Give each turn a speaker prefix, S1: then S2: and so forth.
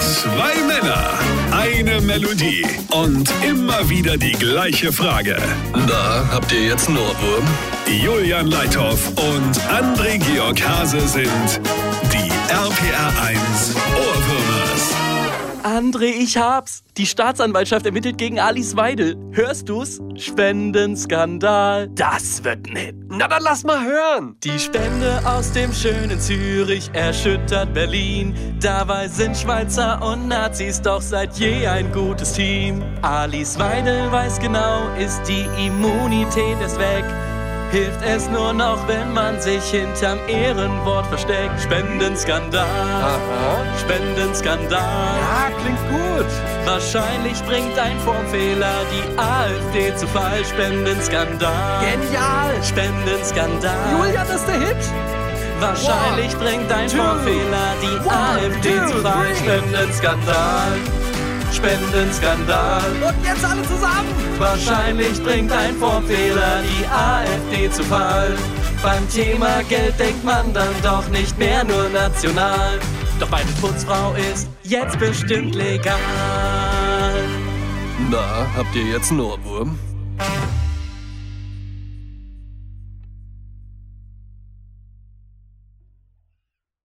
S1: Zwei Männer, eine Melodie und immer wieder die gleiche Frage.
S2: Da habt ihr jetzt einen Ohrwurm.
S1: Julian Leithoff und André Georg Hase sind die RPR1 Ohrwürmers.
S3: André, ich hab's. Die Staatsanwaltschaft ermittelt gegen Alice Weidel. Hörst du's? Spendenskandal. Das wird ein Hit.
S2: Na dann lass mal hören.
S3: Die Spende aus dem schönen Zürich erschüttert Berlin. Dabei sind Schweizer und Nazis doch seit je ein gutes Team. Alice Weidel weiß genau, ist die Immunität ist weg. Hilft es nur noch, wenn man sich hinterm Ehrenwort versteckt. Spendenskandal, Spendenskandal.
S2: Ah, klingt gut.
S3: Wahrscheinlich bringt ein Formfehler die AfD zu Fall. Spendenskandal.
S2: Genial.
S3: Spendenskandal.
S2: Julian ist der Hit.
S3: Wahrscheinlich bringt ein
S2: two,
S3: Formfehler die
S2: one,
S3: AfD
S2: two,
S3: zu Fall.
S2: three.
S3: Spendenskandal. Spendenskandal.
S2: Und jetzt alle zusammen.
S3: Wahrscheinlich bringt ein Formfehler die AfD zu Fall. Beim Thema Geld denkt man dann doch nicht mehr nur national. Doch meine Putzfrau ist jetzt bestimmt legal.
S2: Da habt ihr jetzt einen Ohrwurm.